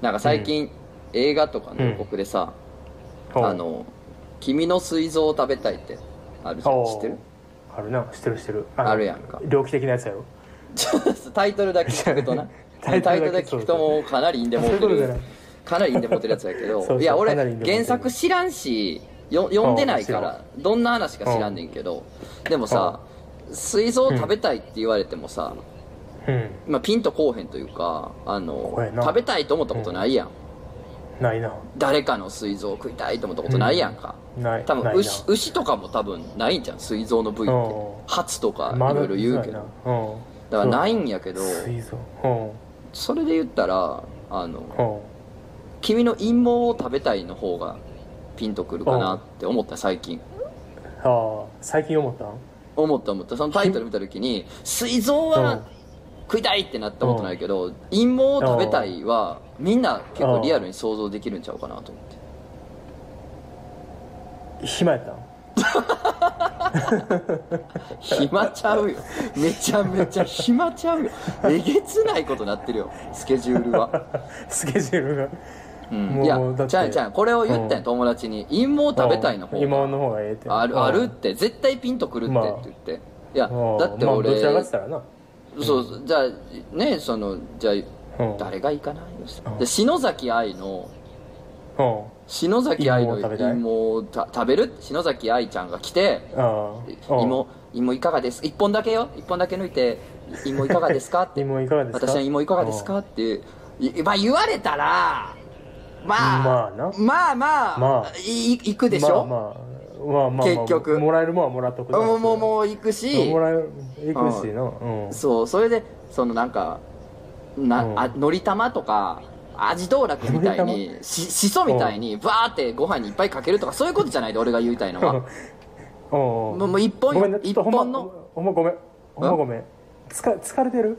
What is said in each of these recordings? なんか最近、映画とかの予告でさ、ほうあの「君の膵臓を食べたい」ってあるじゃんほう知ってるあるな知ってる知ってるあのあるやんか猟奇的なやつやろちょっと タイトルだけ聞くとなタ イトタイトルだルだけけ聞くともうかなりインデモってそういうことるじゃないかなりインデモってるやつやけど そうそういや俺かなりインデモってる原作知らんしよ読んでないからどんな話か知らんねんけどでもさ膵臓を食べたいって言われてもさ、うんまあ、ピンとこうへんというかあ怖のいな食べたいと思ったことないやん、ないな誰かの膵臓を食いたいと思ったことないやんか、ない多な分いな牛牛とかも多分ないんじゃん膵臓の部位ってうんハツとかいまだろいろ言うけど、うんだからないんやけど水槽うんそれで言ったらあのうん君の陰謀を食べたいの方がピンとくるかなって思った最近ああ最近思ったん思った思ったそのタイトル見た時に膵臓うんは食いたいってなったことないけど陰謀を食べたいはみんな結構リアルに想像できるんちゃうかなと思って暇やったん 暇ちゃうよめちゃめちゃ暇ちゃうよえげつないことなってるよスケジュールは、スケジュールがうん、もういやだってちゃうちゃうこれを言ったんやうん友達に陰謀食べたいの方うん今の方がええってあるうんあるって絶対ピンとくるってまってあ言っていやうんだってまあ俺どちらかって言ったらなそうそうじゃあねそのじゃうんあ誰がいいかなよしうんで篠崎愛のうん篠崎愛の陰謀を食べ陰たい謀をた食べる篠崎愛ちゃんが来てああ芋芋いかがです一本だけよ一本だけ抜いて芋いかがですかって芋いかがですか私は芋いかがですかっていまあ言われたらまあまあなまあまあまあいい行くうんでしょ、まあまあまあまあ結局もらえるもんはもらっとくなもうもうもう行くしもらえる行くしなうんそうそれでそのなんかな、うんあのり玉とか味道楽みたいのりにししそみたいにバーってご飯にいっぱいかけるとかそういうことじゃないで俺が言いたい のはうんうんもうもう一本ごめんねちょっ一とほんま本のほんまごめんほんまごめんつか疲れてる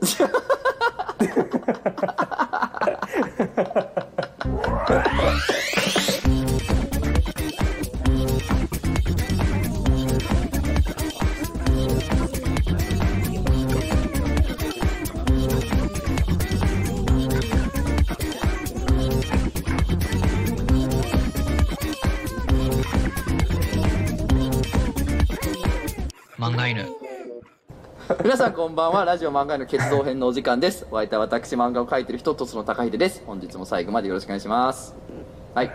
漫画犬 皆さんこんばんはラジオ漫画への決動編のお時間ですお相手は私漫画を描いてる人とその高秀です本日も最後までよろしくお願いしますはい、は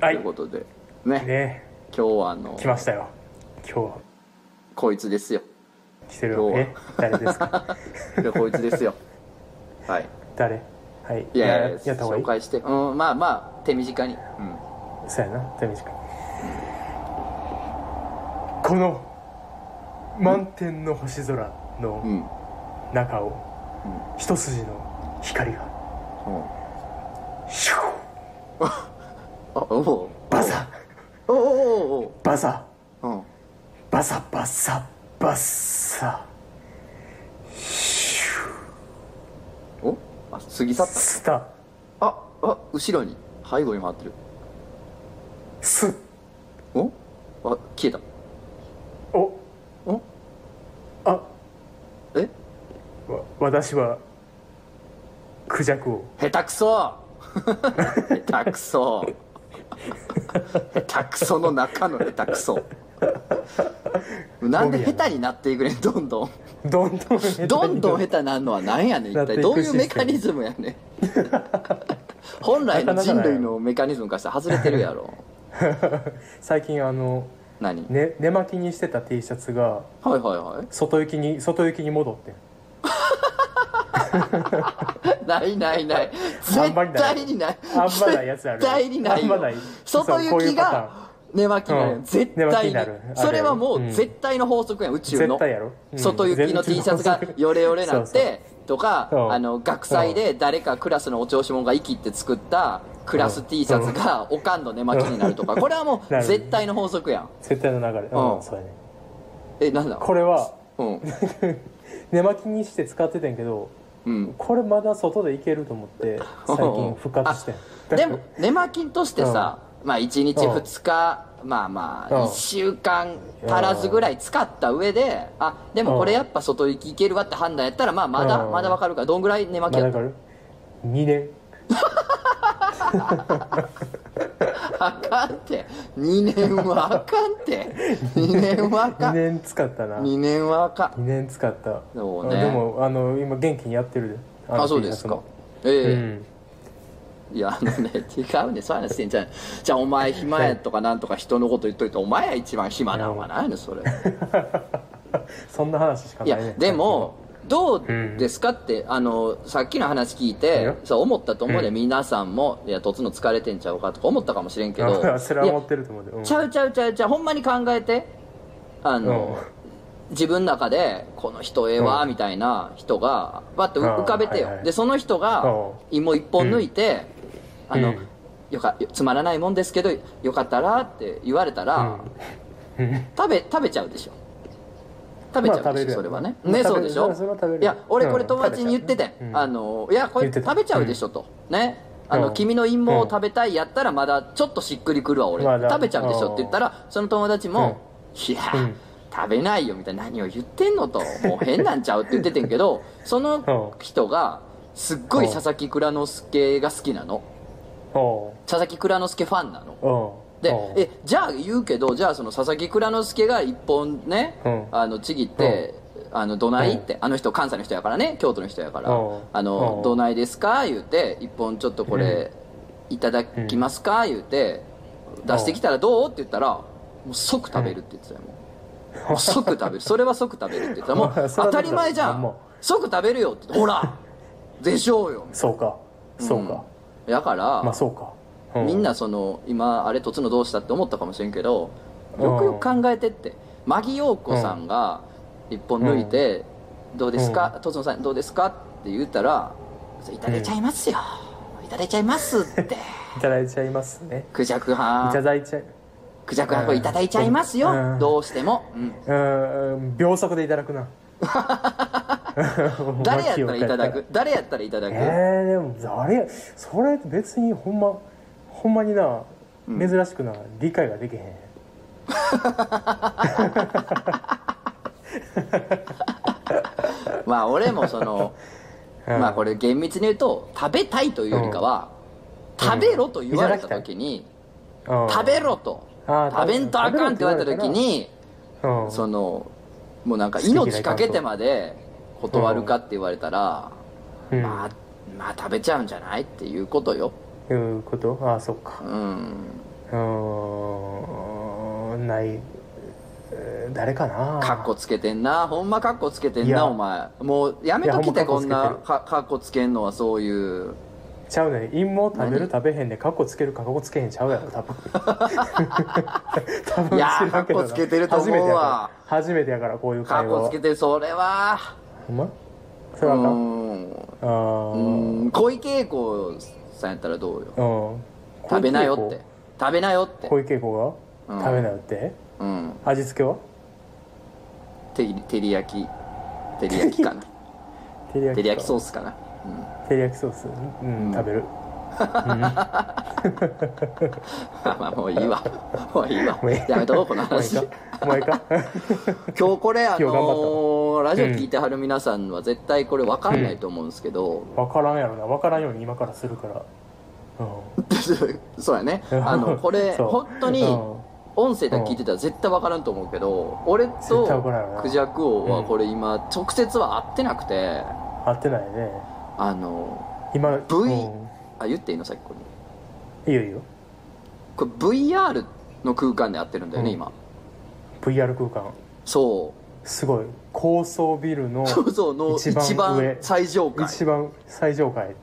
といういことでねね今日はあの来ましたよ今日はこいつですよ来てるよ今日はえ誰ですか いやこいつです よはい誰はいいやいややった方がい紹い介してうんまあまあ手短にうんそうやな手短いこの満天の星空うのん中を一筋の光がうんシューあおおバサおおおバサおうんバサバサバサおあ過ぎ去ったスタああ後ろに背後に回ってるスおあ消えたおおあえわ私はクジャクを下手くそ 下手くそ 下手くその中の下手く そなんで下手になっていくねんどんどんどんどん下手にどんどん下手なんのはなんやねん一体どういうメカニズムや ねん本来の人類のメカニズムからしたら外れてるや ろ最近あの、何ね、寝巻きにしてた T シャツがはいはいはい外行きに外行きに戻ってんないないないあんまり絶ない対にないあんまないやつある絶対にないあんまよない外そうこ行ういきうパが寝巻きになる、うん絶寝巻対きにになるあるそれはもううん絶対の法則やん宇宙の絶対やろうん外行きの T シャツがヨレヨレなっそうそてとかうんあの学祭で誰かクラスのお調子者が生きて作ったクラスうん T シャツがおかんの寝巻きになるとかこれはもなうる絶対の法則やん 絶対の流れうん、うんそうやねえなんだこれはうん寝巻きにして使ってたんやけどうんこれまだ外で行けると思って最近復活してんでも寝巻きとしてさ、まあ1日うん2日、まあまあうん1週間足らずぐらい使った上であでもこれやっぱ外行き行けるわって判断やったらまあまだうんまだわかるからどんぐらい寝ま巻きやだわったかる2年あかんって2年はあかんって2年はあか2ん年使ったな2 2年はあかん年使ったそうあねでもあの今元気にやってるでああのそうですか T シャツもうえんえいやあのね違うねそういう話してんじゃんじゃあお前暇やとかなんとか人のこと言っといてお前は一番暇なんはないのそれそんな話しかいないねやでもどうですかって、あのさっきの話聞いいいてよそう思ったと思うね、うん皆さんもいやとつの疲れてんちゃうかとか思ったかもしれんけど あそれはい思やってると思うで、うんちゃうちゃうちゃうちゃうほんまに考えてあの、自分の中でこの人ええわうんみたいな人がバッとあー浮かべてよ、はいはいでその人がうん芋一本抜いて、んあの、うんよかつまらないもんですけどよかったらって言われたら、うんうん 食べ食べちゃうでしょ食べちゃうでしょ、まあ食べるそれはねまあね食そうべるでしょそれは食べるいや俺これうん友達に言っててん、食べちゃううんあのいやこれ言ってた食べちゃうでしょと、ねあのうん君の陰謀を食べたいやったらまだちょっとしっくりくるわ俺、まだ食べちゃうでしょって言ったらその友達も、いや、うん食べないよみたいな何を言ってんのともう変なんちゃうって言っててんけどその人がすっごい佐々木蔵之介が好きなのおう佐々木蔵之介ファンなのおうでおうえじゃあ言うけどじゃあその佐々木蔵之介が一本ね、うんあのちぎって、あのどないって、あの人関西の人やからね京都の人やから、うんあの、うんどないですか言うて一本ちょっとこれ、いただきますか言うて出してきたらどうって言ったらもう即食べるって言ってたよもう もう即食べるそれは即食べるって言ってたもそうれはそう当ただり前じゃほんまん即食べるよって言ってほ らでしょうよそうかそうか、うんだから、まあそうか、うみんなその今あれとつのどうしたって思ったかもしれんけどよくよく考えてってマギ陽子さんが一本抜いて「どうですかとつのさんどうですか?」って言ったら「いただいちゃいますよいただいちゃいます」っていただいちゃいますね「クジャクいたハンだいちゃいクジャクハンこれいただいちゃいますようんどうしても」うんうーん秒速でいただ くな 誰やったらいただく誰やったらいただえくー、でも誰やそれ別にほんまほんまにな珍しくな、理解ができへんまあ俺もその うんまあこれ厳密に言うと食べたいというよりかは食べろと言われた時にうん食べろとあー食べんとあかんって言われた時にうんそのもうなんか好き嫌い命かけてまで断るかって言われたらうんまあまあ食べちゃうんじゃないっていうことよいうことああそっかうんうーんないえー誰かなカッコつけてんなほんまカッコつけてんいやなお前もうやめときいてやほこんんまカなッコつけてるかカッコつけんのはそういうちゃうね陰謀食べる何食べへんでカッコつけるカッコつけへんちゃうや ろ多分多分いやー知らんけカッどなコつけてると思うわ初めてやから初めてやからこういうカ会ッ話はコつけてそれはほんまそうれはあかんんあーうん小池栄子さんやったらどうようん食べなよって食べなよって小池栄子が、うん食べなよってうん味付けはてり照り焼き照り焼きかな照り焼き照り焼きソーースかな、うんス照り焼きソースうん、うん食べるまあ まあもういいわもういいわもういいやめとこうこの もういい話かもういいか 今日これあの今日頑ーラジオ聞いてはる皆さんは絶対これ分かんないと思うんですけど、 分からんやろな分からんように今からするからうんそうやね あのこれ そう本当にうん音声だけ聞いてたら絶対分からんと思うけど俺絶対分とからんよなクジャク王はこれ今直接は会ってなくて合ってないねあの今 V うんあ言っていいのさっきこれいいよいいよこれ VR の空間で会ってるんだよね、うん今 VR 空間そすごい高層ビルのう そうそうの一一番番上最上階一番最上階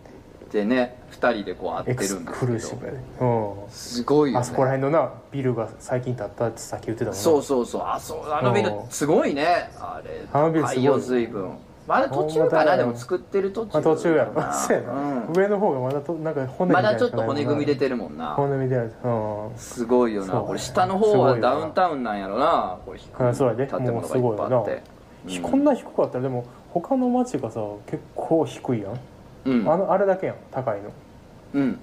でね2人でこう会エってクるスんでクルーすシけブどやで、うんすごいよ、ね、あそこら辺のなビルが最近建ったってさっき言ってたもんなそうそうそうあそうあのビルうんすごいねあれあのビルすごい太陽水分まだ途中ほんまかだなよでも作ってる途中まあ、途中やろなそうやな、うん上の方がまだとなんか骨みたまいなだちょっと骨組み出るてるもんな骨組み出るうんすごいよなそうこれ下の方すごはいよなダウンタウンなんやろなこれ低いあそうやで建物がいっぱいあってひこんな低かったらでも他の街がさ結構低いやん、うんあのあれだけやん高いのうん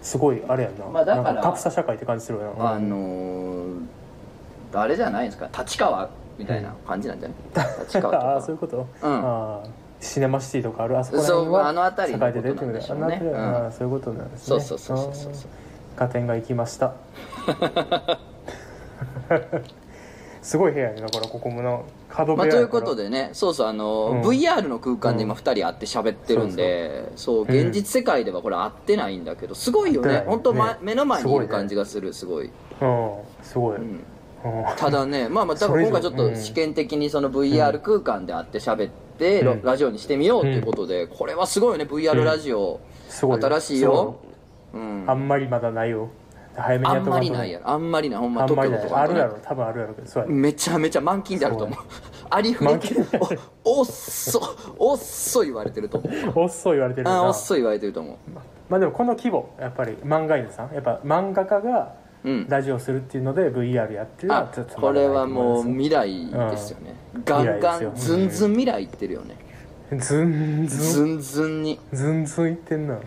すごいあれやんな,、まあだからなんか格差社会って感じするやんあのー あれじゃないですか立川みたいな感じなんじゃない立川とああかーそういうこと、うんあシネマシティとかあるあそこらそ辺うはあの辺りの栄えてるっていうことなんでしょうねあの辺りはうんあーそういうことなんですねそうそうそうそうそうそうあー合点が行きました すごい部屋やねだからここもな角部まあ、屋やからということでねそうそうあの、うん VR の空間で今2人会って喋ってるんで、そうそう現実世界ではこれ会ってないんだけどすごいよ会っねてない本当、まね目の前にいすごいるね感じがするすごい、うんすごい、うん、うんただねまあまあ多そ分れ以今上回ちょっと試験的にその VR 空間で会って喋って、うんラジオにしてみようということで、これはすごいよね VR ラジオ、すごい新しいよ、うんそうあんまりまだないよ早めにあやっんとまかんとりねないやろあんまりないほんまあんまり特な許いとかあるねやろ多分あるやろけどそうやねめちゃめちゃ満勤であると思うありふれて満勤おおっそおっそ言われてると思うおっそう言われてるよあなおっそ言われてると思まあでもこの規模やっぱり漫画犬さんやっぱ漫画家がううんラジオするっていうので VR やってるのあはちょっとつまこらないれとはもう思いま未来ですよねガンガン未来ですずよんずん未来いってるよねすずんずんずんずんにずんずんいってんな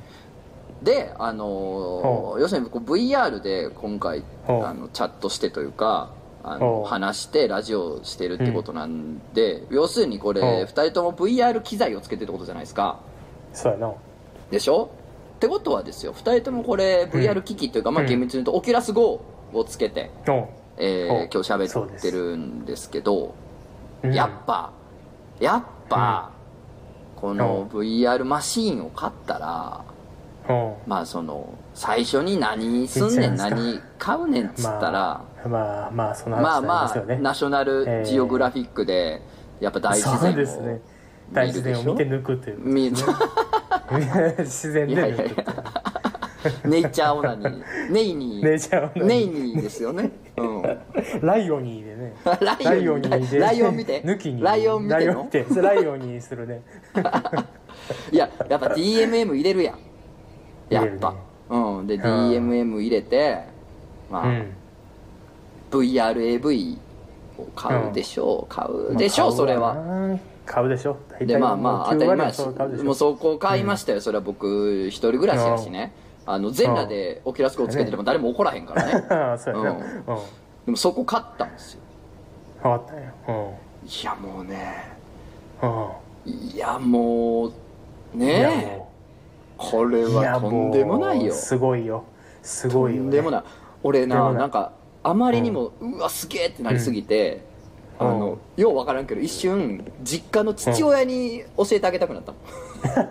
であのほー要するにこう VR で今回ほうあのチャットしてというかあのほう話してラジオしてるってことなんで、要するにこれほう2人とも VR 機材をつけてるってことじゃないですかそうやなでしょってことはですよ2人ともこれ VR 機器というか、まあ、うん厳密に言うとオキュラス GO をつけて、えーほう今日そう喋でっすてるんですけどうんやっぱやっぱ、この VR マシーンを買ったら、うんまあその最初に何すんねいいんんじゃないで何買うねんっつったら、まあまあその話まあになりまますあ、よねナショナルジオグラフィックでやっぱ大自そう然ですねを大自然を見て抜くという見 るでしょ自然いでやいや抜いくやネイチャーオナニーネイニーねじゃあネイニーですよね、うん、ライオニーでねライオンにでライオン見て抜きにライオン見ラてイのオン見てライオンにするねいややっぱ DMM 入れるやんやっぱ、入うんでん DMM 入れてまあ、うん、 VRAV を買うでしょう、買うでしまょあう、それは買うでしょ大体でまあまあ当たり前やしもう9割はそう買うでしょもうそこ買いましたよ、それは僕一人暮らしやしねあの全裸でオキュラスコをつけてても誰も怒らへんからねああそうやなううんん、でもそこ買ったんですよ分かったよいやもうねうんうんいやもういやねえもこれういやはとんでもないもようすごいよすごいよ、とね、んでもない俺とんでなもないなんかあまりにも、うわすげえってなりすぎて、うんあのようわからんけど一瞬実家の父親に教えてあげたくなったもん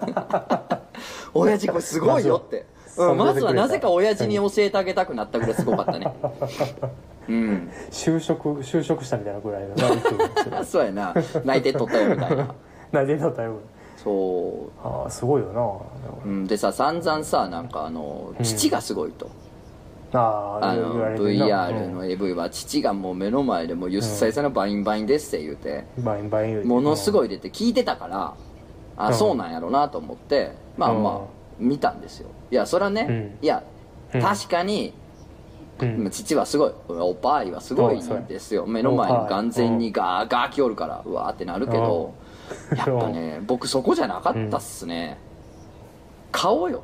親父これすごいよってまずはうんまずそはんなな出てくれたぜか親父に教えてあげたくなったぐらいすごかったねうん就職就職したみたいなぐらいの な勢いがするそうやな泣いて取ったよみたいななでだったよそああすごいよう、うん、でさ散々さなんかあのうん父がすごいと、なあああの VR の AV は父がもう目の前でもうゆっさいさのバインバインですって言うてバインバイン言うてものすいごい出て聞いてたからうあんそうなんやろなと思ってまあうんまあ見たんですよいやそれはねういやうん確かにうん父はすごいおっぱいはすごいんですよ目の前に眼前にガーガーきおるからうわーってなるけどやっぱね僕そこじゃなかったっすね顔よ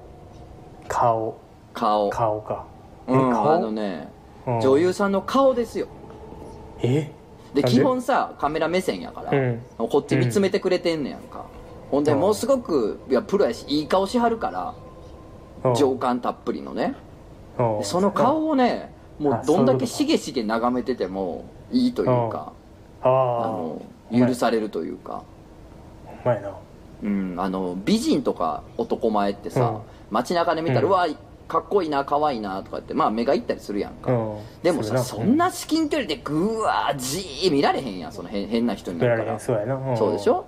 顔顔顔かうえん顔あのねうん女優さんの顔ですよえでなんで基本さカメラ目線やから、うんこっち見つめてくれてんねやんか、ほんでうんもうすごくいやプロやしいい顔しはるからうん情感たっぷりのねうんでその顔をねもあうどんだそういうことけかしげしげ眺めててもいいというかあああの許されるというか、うまいなうん、あの美人とか男前ってさ、うん街中で見たら、ううんわかっこいいな可愛いなとかってまあ目がいったりするやんか、うんでもさうそんな至近距離でぐわーじー見られへんやんその変変な人に出ならるかれへらんそうやな、んそうでしょ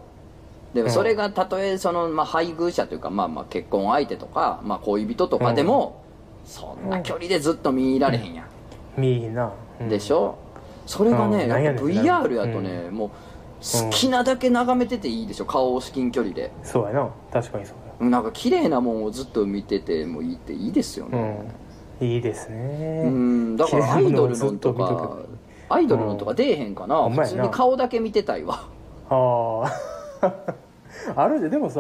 でうもんそれがたとえその、まあ、配偶者というか、まあ、まあ結婚相手とか、まあ、恋人とかでも、そんな距離でずっと見られへんやん、見えへんな、うんでしょそれがね、うんなんややっねんぱってな VR るやとね、もう好きなだけ眺めてていいでしょ顔を至近距離でそうやな確かにそうなんか綺麗なもんをずっと見ててもいいっていいですよやねうんいいですうんね、だからアイドルのんと綺麗なものをかずっと見とアイドルのんとか出えへんかな、ほんま普やな通に顔だけ見てたいわ、あ ああるででもさ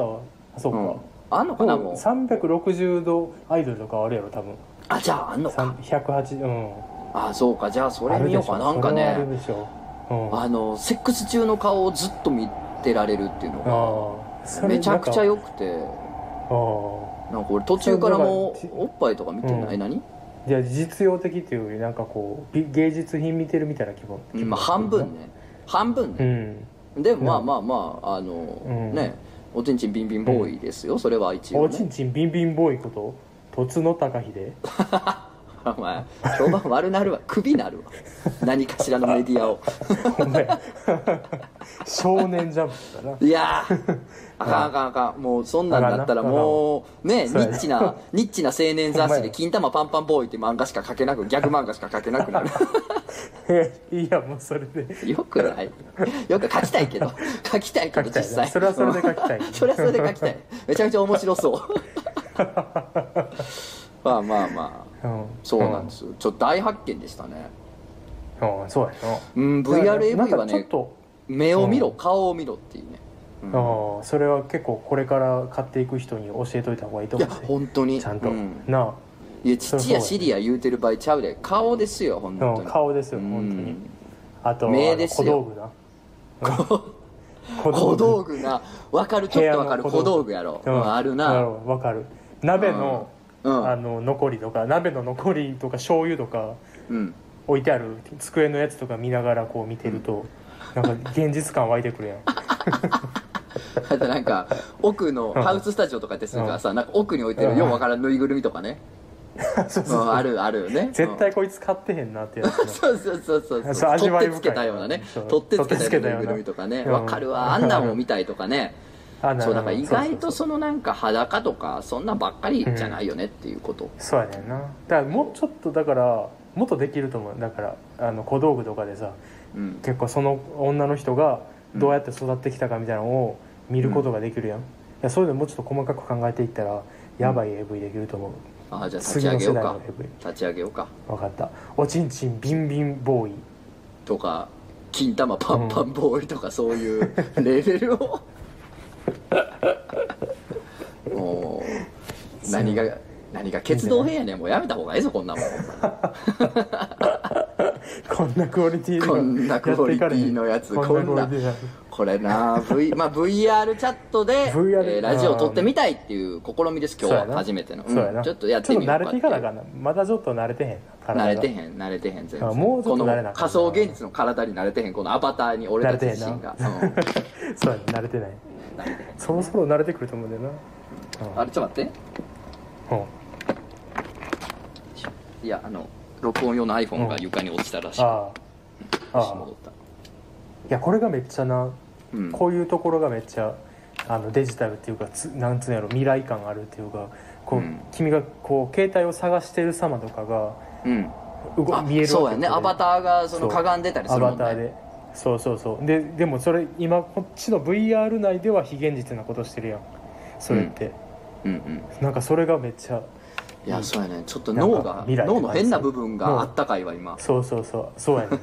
そううか、ん、あんのかなもう360度アイドルとかあるやろ多分あじゃああんのか3 180うんあそうかじゃあそれある見よでうしょかなんかそれはあるねでしょ、うん、ああのセックス中の顔をずっと見てられるっていうのがあそれめちゃくちゃな良んかくてあなんか俺途中からもそれなんうかおっぱいとか見てない、うん何あじゃあ実用的っていうよりなんかこうび芸術品見てるみたいな気分今半分ね半分うね、んでもまあまあまああの、うんねおちんちんビンビンボーイですよ、それは一応、おねち、んちんビンビンボーイこととつのたかひで お前評判悪なるわクビなるわ何かしらのメディアをほんまや少年ジャンプだないや ーあかんあかんあかんもうそんなんだったらあかんなもうねニ そうやねッチなニッチな青年雑ほん誌まで「や金玉パンパンボーイ」って漫画しか書けなくギャグ漫画しか書けなく なるいやもうそれでよくないよく書きたいけ ど書きたいけ書ど実きたいな際それはそれで書きたい それはそれで書きたいめちゃくちゃ面白 そうまあまあまあうんそうなんですよちょっと大発見でしたねうんうんそうやなうんなん VRAV かはちょっねと、目を見ろうん顔を見ろっていうねうんああそれは結構これから買っていく人に教えといた方がいいとい思やうね本当にちゃんと、うんなあいや父やシリア言うてる場合ちゃうで顔ですよ本当うんに顔ですようん本当にあと目あのです小よ道具なうん小小道道具な分かるちょっと分かる部屋小の小道具道具やろ、具うんあるなるわかる鍋の,、うんあの残りとか鍋の残りとか醤油とかうん 置いてある机のやつとか見ながらこう見てると、なんか現実感湧いて くるやんあとなんか奥のハウススタジオとかやってするからさなんか奥に置いてうるんよう分からんぬいぐるみとかね、そうう、そうんそうあるあるよね絶対こいつ買ってへんなってやつうんそうそうそうそうそうそう味わい取って深いつけたようなねそう取ってつけたようなぬい取っぐるみてとつけかねうん分かるわあんなんも見たいとかねあなるそほうだどから意外そうそうとそうそのなんか裸とかそんなんばっかりじゃないよねっていうこと、そうやねんなだからもうちょっとだからもっとできると思うだからあの小道具とかでさうん、結構その女の人がどうやって育ってきたかみたいなのを見ることができるやん、いやそういうのもうちょっと細かく考えていったらやばい AV できると思う、ああじゃあ立次ち上のげよ世う代かの AV 立ち上げようか分かったおちんちんビンビンボーイとか金玉パンパンボーイとかそう いうレベルを、もう何が何が鉄道編やねんもうやめた方がええぞこんなもんこんなクオリティでこんなクオリティのやつやっていかれへんこんなクオリティのやつこれなあ、v まあ、VR チャットで、 VR えーラジオを撮ってみたいっていう試みです今日そうやはな初めての、そうやうなんちょっとやってみようかちょっと慣れていかなあかんなまだちょっと慣れてへん体慣がれてへん慣れてへん全あ然もうちょっとこ慣れなのあか仮んな想現実の体に慣れてへんこのアバターに俺たち自身が、うんそうやね慣れてないそろそろ慣れてくると思うんだよなあれちょっと待ってうんうんいやあの録音用の iPhone が床に落ちたらしい、ああ足ああ戻ったいやこれがめっちゃなうんこういうところがめっちゃあのデジタルっていうかつなんつうんやろ未来感あるっていうかこう、うん君がこう携帯を探してる様とかがうんうごあ見えるそうわやけねアバターがそのそうかがんでたりすアるもバんターねでそうそうそうででもそれ今こっちの VR 内では非現実なことしてるやんそれって、うんうんなんかそれがめっちゃいやそうやねちょっと脳なんかが未来って感じ脳の変な部分があったかいわ今そうそうそうそう やね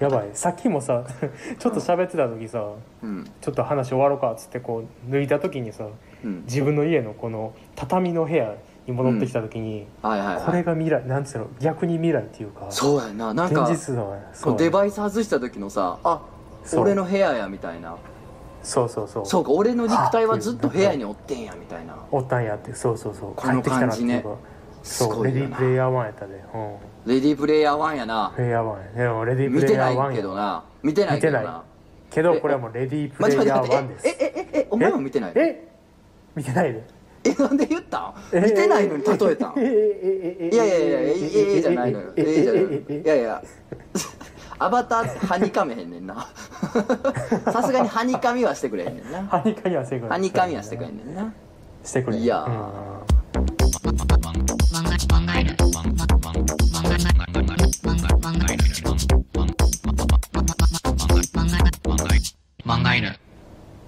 やばいさっきもさ ちょっと喋ってた時さ、うんちょっと話終わろうかっつってこう抜いた時にさうん自分の家のこの畳の部屋に戻ってきた時に、はいはいこはれいが未来なんつうの逆に未来っていうかそうやななん現か実だわこそうデバイス外した時のさあそう俺の部屋やみたいなそうそうそうそうか俺の肉体はずっと部屋におってんやみたいなおったんやってそうそうそうこの感じね帰ってきたなっていうかすそうごレいデよィーなプレイヤー1やったで、うん、レディープレイヤー1やなプレイヤー1やでもレディー見プレてイヤなー1やいけどな見てないけど見てななけどこれはもうレディープ待レっイてヤー待って待1でっすてえええええお前も見てないのえ見てないでえなんで言ったんえ見てないのに例えたん ええええええええいやいやいや、えええじゃないのよ。ええじゃないのよ。いえやいや、 アバターってはにかめへんねんな。 さすがにはにかみはしてくれへんねんな。はにかみはしてくれはにかみはしてくれへんねんな。してくれいやうん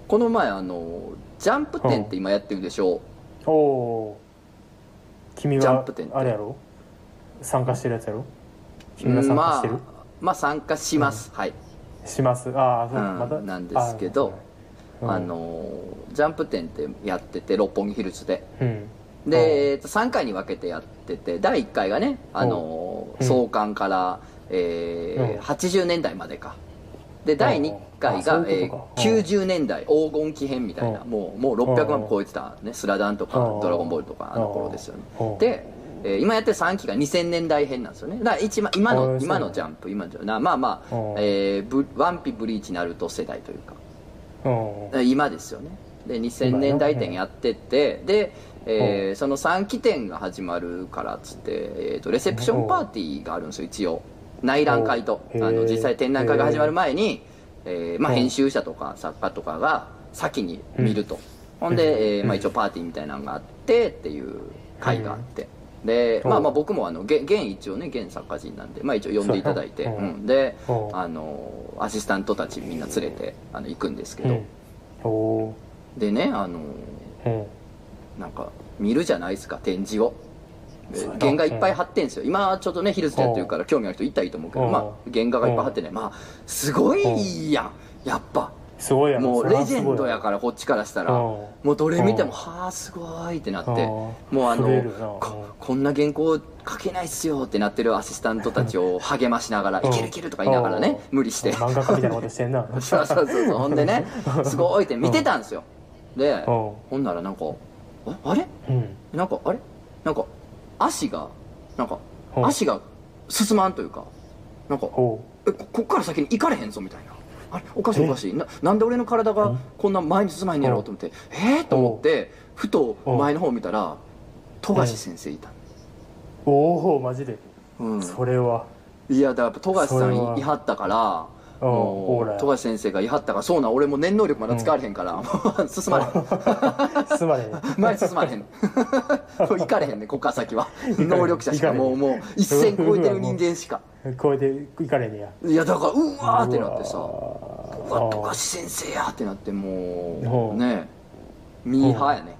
この前、あの、ジャンプ展って今やってるでしょ。おお君ジャンはプ展ってあれやろ参加してるやつやろ君が参加しまてる、あ、まあ参加します。はい。しますああそう、うんまたなんですけどあ、の、ジャンプ展ってやってて、六本木ヒルズで。ーうん、で、えーと3回に分けてやってて第1回がね、あのーうん創刊から、えーうん80年代までかで第2回があそういうえことーか90年代黄金期編みたいなうんもうもう600万超えてた、ね「スラダン」とかう「んドラゴンボール」とかあの頃ですよねうんで、えー今やってる3期が2000年代編なんですよねだから一番今うのん今のジャンプ今のジャンプなまあまあうんえーブワンピ」「ブリーチ」「ナルト」世代というかうんうん今ですよねで2000年代展やっててで、えーその3期展が始まるからっつって、えーとレセプションパーティーがあるんですよ一応内覧会とあおうへのー実際展覧会が始まる前に、えーまあ、うん編集者とか作家とかが先に見ると、ほんで、えーまあ、一応パーティーみたいなのがあってっていう会があって。でまあ、まあ僕もあの現現一応ね現作家人なんで、まあ、一応呼んでいただいて、そうやなうんうんでうんあのアシスタントたちみんな連れてあの行くんですけど、うんおでねあのーうんなんか見るじゃないですか展示をでそうやな原画いっぱい貼ってんですよ今ちょっとねヒルズでやってるから興味ある人いたらいいと思うけどうんまあ原画がいっぱい貼ってねまあすごいやんやっぱすごいやろもそうれはレジェンドやからこっちからしたらうんもうどれ見てもうんはあすごいってなっすごいてわうんもうあ震えのるなここんな原稿書けないっすよってなってるアシスタントたちを励ましながら「うんいけるいける」とか言いながらねうん無理して漫画家みたいなことしてんな そうそうそうそうほんでねすごいって見てたんですよでうほんならなんか「ああれんうんなんかあれなんか足がなんかうん足が進まんというかなんかおうえここっから先に行かれへんぞみたいなあれおかしいおかしいななんで俺の体うがんこんな前に進まへんねやろうと思ってえー、と思ってふと前の方を見たら富樫先生いた、おおマジでうん、それはいやだからやっぱ富樫さそんれはいいはったからうんオもーラうや富樫先生がいはったからそうなん俺も念能力まだ使われへんから、もう進まれへんすまねえ 前進まれへ んこれ行かれへんねこっから先は能力者しか行かれへんもうもう一線超えてる人間し かこれでいかれねやいやだからうわーってなってさううわわー富樫先生やってなってもほううねミーハーやね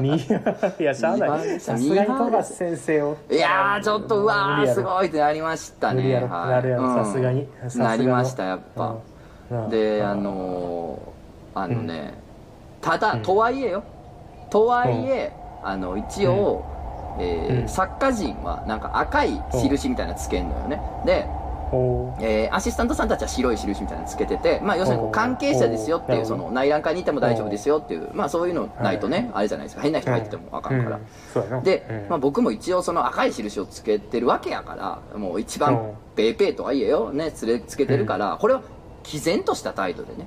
みいやしゃあないさすがに富樫先生をいやーちょっとうわ無ー理やろすごいってなりました無理ねやろはいなるやろうんさすがにさすがのなりましたやっぱうんうんでうんあのーあのねただうんとはいえよとはいえあの一応えうーん作家陣はなんか赤い印みたいなのつけんのよねでおーえーアシスタントさんたちは白い印みたいなのつけてて、まあ、要するにこうおー関係者ですよっていおうーその内覧会にいても大丈夫ですよっていう、まあ、そういうのないとねあれじゃないですか変な人入っててもあかんかうらんそうやなで、まあ、うん僕も一応その赤い印をつけてるわけやからもう一番ペーペーとはいえよ、ね、つれつけてるからこれは毅然とした態度でね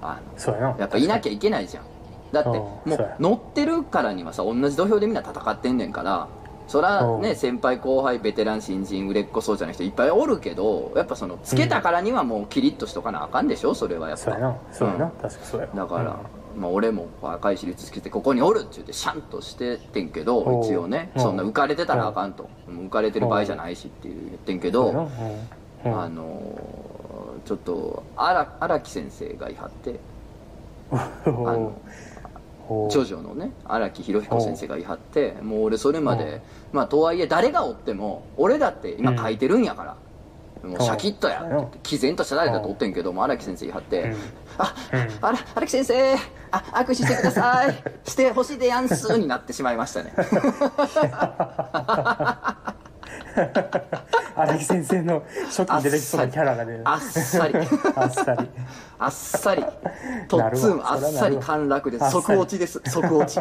あそうやなのやっぱいなきゃいけないじゃんだってうんもそううや乗ってるからにはさ同じ土俵でみんな戦ってんねんからそらうねん先輩後輩ベテラン新人売れっ子そうじゃない人いっぱいおるけどやっぱそのつけたからにはもうキリッとしとかなあかんでしょそれはやっそうやぱなそうやな、うん確かそうやだから、まあ、俺も赤い印つけてここにおるって言ってシャンとしてってんけどおう一応ねうんそんな浮かれてたらあかんともう浮かれてる場合じゃないしっていう言ってんけうんどそうやなあのーちょっと荒荒木先生がいはってうんあのおージョジョのね荒木博彦先生が言い張ってもう俺それまでまあとはいえ誰がおっても俺だって今書いてるんやから、もうシャキッとやって言って毅然とした誰だとおってんけども荒木先生言い張って「うんあうんあら荒木先生あ握手してください してほしいでやんす」になってしまいま したね荒木先生の初期に出てきそうなキャラがねあっさりあっさりあっさりとっつんあっさり陥落ですそらなるわ即落ちです即落ち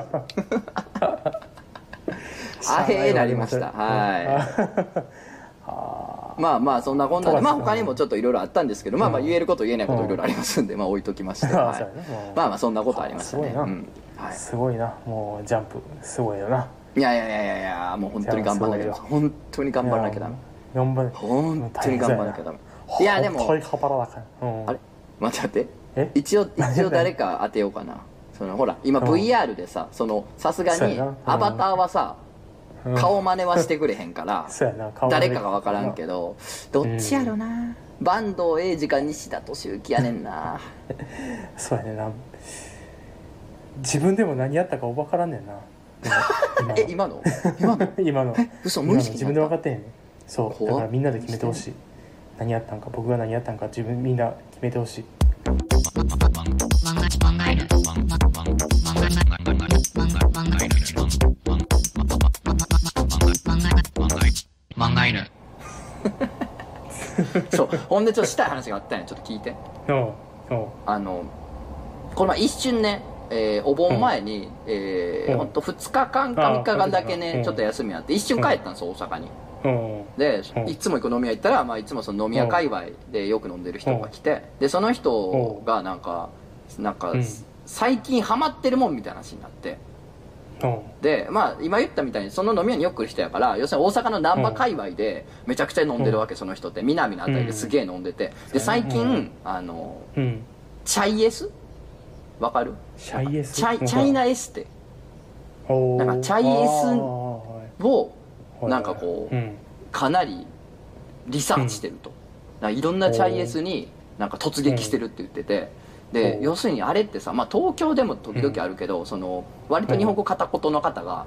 あへえなりましたはいまあまあそんなこんなで、そうでますあ、ね他にもちょっといろいろあったんですけど、まあまあ言えること言えないこといろいろありますんで、まあ置いときまして、 あはいそうやねうんまあまあそんなことありましたね、すごいなうんはい、すごいなもうジャンプすごいよないやいやいやいやいやもう本当に頑張んなきゃダメいやす本当に頑張らなきゃダメ頑張れ本当に頑張らなきゃダメいいやでも本当に頑張らなあかん、うん、あれ待って待ってえ 一応一応誰か当てようかなそのほら今うん VR でさそのさすがそうにやなうんアバターはさうん顔真似はしてくれへんからそうやな顔誰かが分からんどけどどっちやろな坂東栄治か西田敏行やねんなそうやねんな自分でも何やったか分からんねんなえ今の今の今の え嘘今無の意識自に分でなった分かってへんねんそう怖っだからみんなで決めてほしい何やったんか僕が何やったんか自分みんな決めてほしいそうほんでちょっとしたい話があったんやちょっと聞いておうおうあのこの前一瞬ね、えーお盆前に、えうー、んほんと2日間かあー3日間だけね、うんちょっと休みあって一瞬帰ったんですよ、大阪におうで、うんいつも行く飲み屋行ったら、まあ、いつもその飲み屋界隈でよく飲んでる人が来て、でその人がなんかなんか、うん最近ハマってるもんみたいな話になっておうでまあ今言ったみたいにその飲み屋によく来る人やから要するに大阪の難波界隈でめちゃくちゃ飲んでるわけ、その人って南のあたりですげえ飲んでて、で最近、うんあのうんチャイエスわかるチャイエスチャイチャイナエステおうなんかチャイエスあーはいをはいなんかこううんかなりリサーチしてると、なんかいろんなチャイエスになんか突撃してるって言ってて、でおう要するにあれってさ、まあ、東京でも時々あるけど、その割と日本語片言の方が、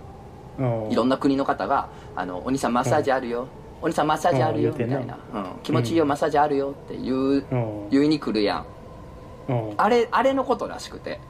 おういろんな国の方が「あのお兄さんマッサージあるよ、お兄さんマッサージあるよ」うんみ言うてたんないな、うん気持ちいいよ、マッサージあるよ」って言うおう言いに来るやんおうあれあれのことらしくて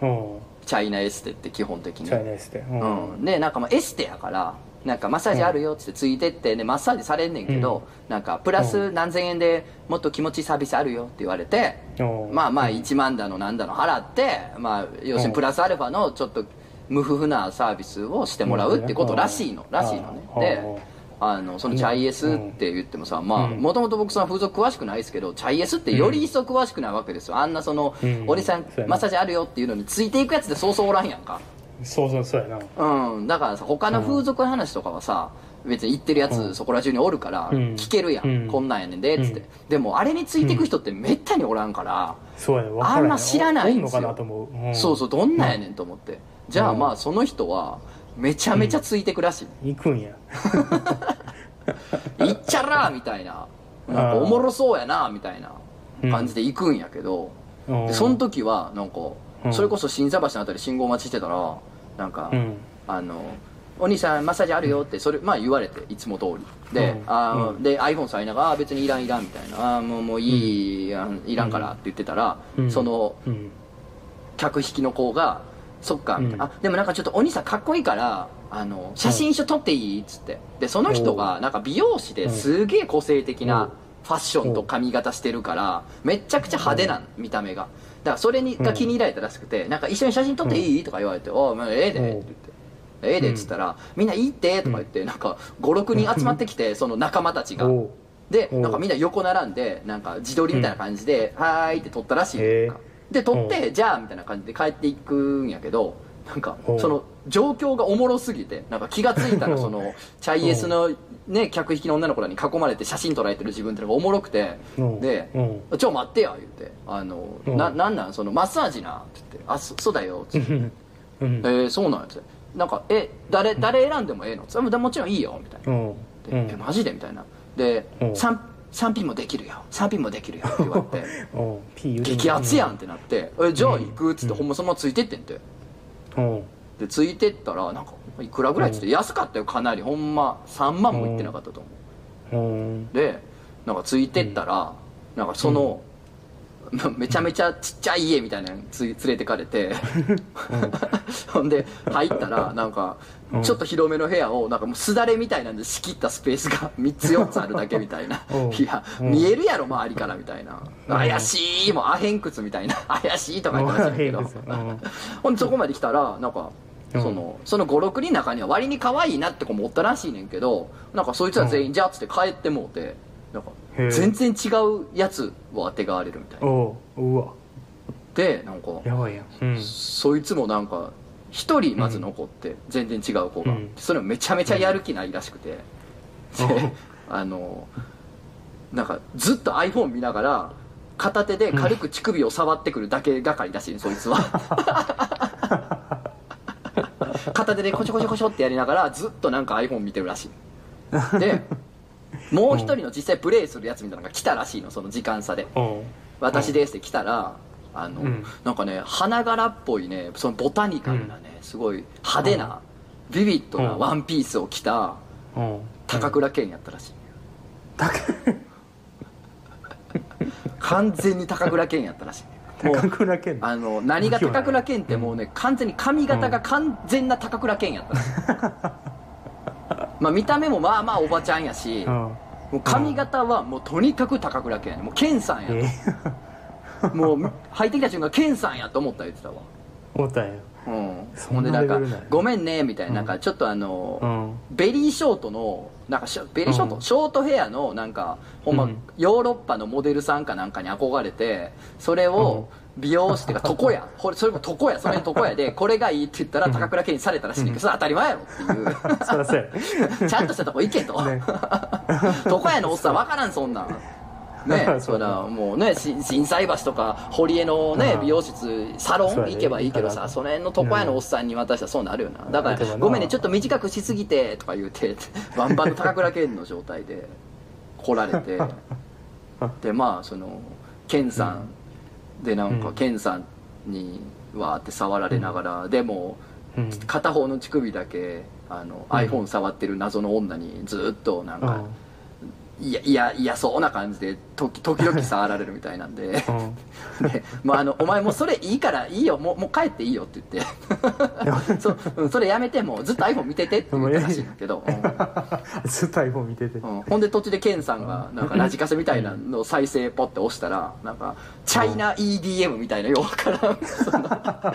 おうチャイナエステって基本的にチャイナエステうんうん、でなんかまあエステやからなんかマッサージあるよっつってついてって、でマッサージされんねんけど、うんなんかプラス何千円でもっと気持ちいいサービスあるよって言われて、おうまあまあ1万だのなんだの払って、まあ、要するにプラスアルファのちょっと無夫婦なサービスをしてもらうってことらしいの、うんらしいのね、うんであのそのチャイエスって言ってもさまあうんもともと僕その風俗詳しくないですけどチャイエスってより一層詳しくないわけですよあんなその、うんおじさんそうやなマッサージあるよっていうのについていくやつでそうそうおらんやんかそうそうそうやなうん、だからさ他の風俗の話とかはさ、別に言ってるやうつんそこら中におるからうん聞けるやん、うんこんなんやねんでっつって、うんでもあれについてく人ってめったにおらんから、そうやね分からへあんま知らないんおんでのすよかなと思う、うん、そうそうどんなんやねんと思って、じゃあうんまあその人はめちゃめちゃついてくらしい、行くんやいっちゃらーみたいなうんなんかおもろそうやなみたいな感じで行くんやけど、うんでその時はなんか、うんそれこそ新座橋のあたり信号待ちしてたらなんか、うんあのお兄さんマッサージあるよってそれ、まあ、言われていつも通りで,、うんあーうんで iPhone さえながらあー別にいらんいらんみたいなあーもうもういい、あん、いらんからって言ってたら、うんそのうん客引きの子が「そっか」みたいな、うんあでもなんかちょっとお兄さんかっこいいからあの写真一緒撮っていいっつってでその人がなんか美容師ですげえ個性的うんなファッションと髪型してるからめっちゃくちゃ派手な見た目がだからそれにが気に入られたらしくて「なんか一緒に写真撮っていい?」とか言われて「おうまあええで」って言って。ええでっつったら、みんないいってとか言って、なんか56人集まってきて、その仲間たちがおうでうんなんかみんな横並んでなんか自撮りみたいな感じで「はーい」って撮ったらしいへのーかで撮って「じゃあ」みたいな感じで帰っていくんやけどなんかうんその状況がおもろすぎてなんか気がついたうらんそのチャイエスのね客引きの女の子らに囲まれて写真撮られてる自分ってのがおもろくてうんでうん「ちょ待ってや」言うて「あのうんななんなんそのマッサージな」って言って「あそそうだよ」っつってうんうん 「えーそうなんや」つって「なんかえ誰誰選んでもええの?」つってうん「もちろんいいよ」みたいな。うんでうえんマジで?」みたいなでうん賛賛否もできるよ賛否もできるよ」って言われておう P 言うてみ激アツやんってなって「えじゃあ行く」っつって、ほんまそのままついてってんてうんうんでついてったらなんかいくらぐらいっつって、安かったよかなりほんま3万もいってなかったと思うんうでなんかついてったら、なんかその、 めちゃめちゃちっちゃい家みたいなのにつ連れてかれて ほんで入ったらなんかうんちょっと広めの部屋をなんかもうすだれみたいなんで仕切ったスペースが 3つ4つあるだけみたいなうんいやうん見えるやろ周りからみたいなうん怪しいもうアヘン靴みたいな 怪しいとか言ってましたけどうんほんでそこまで来たらなんかう んそのその56人の中には割に可愛いなって子もおったらしいねんけどなんかそいつら全員じゃあっつって帰ってもうてなんかへえ全然違うやつをあてがわれるみたいなおううわでなんかやばいやんうんそいつもなんか一人まず残って全然違う子が、うんそれもめちゃめちゃやる気ないらしくて、であのなんかずっと iPhone 見ながら片手で軽く乳首を触ってくるだけ係らしい、そい つは片手でコショコショコショってやりながらずっとなんか iPhone 見てるらしいでもう一人の実際プレイするやつみたいなのが来たらしいのその時間差でおう私ですって来たら、あの、うんなんかね花柄っぽいねそのボタニカルなね、すごい派手な、ビビッドなうんワンピースを着たおう高倉健やったらしい、完全に高倉健やったらしいも高う倉健あの何が高倉健ってもうね、完全に髪型が完全な高倉健やったらしい、まあ見た目もまあまあおばちゃんやし、うんもう髪型はもうとにかく高倉健もう健さんやとえ もう入ってきた瞬間健さんやと思った言ってたわ思ったんやうんそほんんでななんレかベルなんや「ごめんね」みたいななんうかちょっとあの、うん ベリーショートのなんかショベリーショート、うんショートヘアのなんかほんま、うんヨーロッパのモデルさんかなんかに憧れてそれを美容師っていうか床屋これそれも床屋それの床屋 でこれがいいって言ったら高倉健にされたらしいねんけどそれは当たり前やろっそりゃそうやていうちゃんとしたとこ行けと、 ね床屋のおっさん分からんそんなんね そうそらもうねし心斎橋とか堀江のねうん美容室サロンそうやね行けばいいけどだかさらその辺の床屋のおっさんに渡したらそうなるよなだかだけら「どなごめんねちょっと短くしすぎて」とか言うて バンバンの高倉健の状態で来られて でまあその健さんでなんかうん健さんにわーって触られながらでもうん片方の乳首だけあのうん iPhone 触ってる謎の女にずーっとなんかうんいやいやいやそうな感じで時時々触られるみたいなん でうんで、まあ、あのお前もうそれいいからいいよもうもう帰っていいよって言 ってそ,、うん、それやめてもうずっと iPhone 見ててって言ったらしいんだけど、ずっと iPhone 見ててうんうんほんで途中でケンさんがなんかラジカセみたいなのを再生ポッて押したらなんかチャイナ EDM みたいなようわからんそ の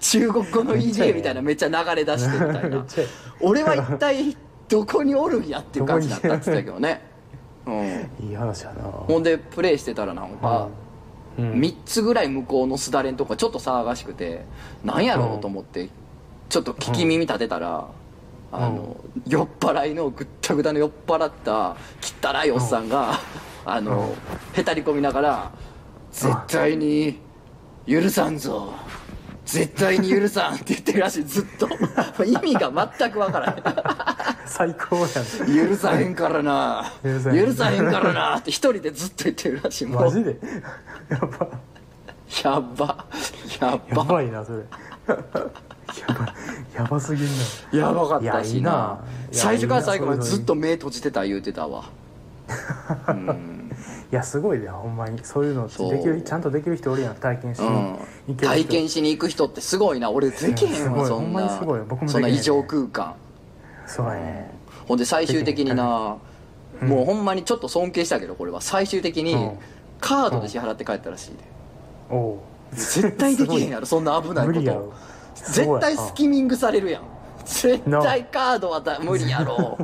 中国語の EDM みたいなめっちゃ流れ出してみたいめっなちゃ俺は一体どこにおるんやっていう感じだったっつってたけどね、うんいい話やなほんでプレイしてたらなんか、うん3つぐらい向こうのすだれんとこちょっと騒がしくてなんやろううんと思ってちょっと聞き耳立てたら、あの酔っ払いのぐったぐたの酔っ払った汚いおっさんが、あの、へたり込みながら「絶対に許さんぞ」絶対に許さんって言ってるらしいずっと 意味が全くわからない最高やん許さへんからな許許ささへんへんからなって一人でずっと言ってるらしいもマうジでやばやばややばばいなそれやばやばすぎんなやばかったしいやいいなないや最初から最後までいいなそういうのいいずっと目閉じてた言うてたわうんいやすごいでほんまにそういうのそうできるちゃんとできる人おるやん体験しにう行んける人体験しに行く人ってすごいな俺できへんわすごそいほんんまになすごい僕もできそへんなん異常空間そうやねほんで最終的になうんもうほんまにちょっと尊敬したけどこれは最終的うにんカードで支払って帰ったらしいでおおう絶対できへんやろそんな危ない無こ理やろと絶対スキミングされるやん絶対カードはだ無理やろ